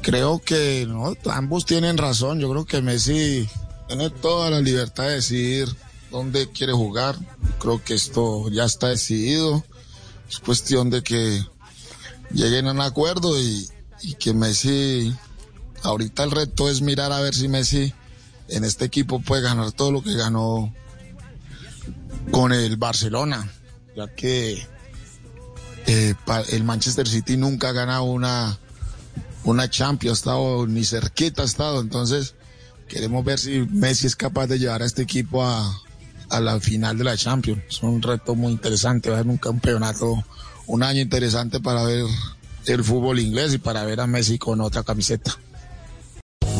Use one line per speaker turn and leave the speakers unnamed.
Creo que no, ambos tienen razón. Yo creo que Messi tiene toda la libertad de decidir dónde quiere jugar. Creo que esto ya está decidido. Es cuestión de que lleguen a un acuerdo y, y que Messi, ahorita el reto es mirar a ver si Messi en este equipo puede ganar todo lo que ganó con el Barcelona, ya que eh, pa- el Manchester City nunca ha ganado una, una Champions, ha estado ni cerquita ha estado, entonces queremos ver si Messi es capaz de llevar a este equipo a, a la final de la Champions. Es un reto muy interesante, va a ser un campeonato, un año interesante para ver el fútbol inglés y para ver a Messi con otra camiseta.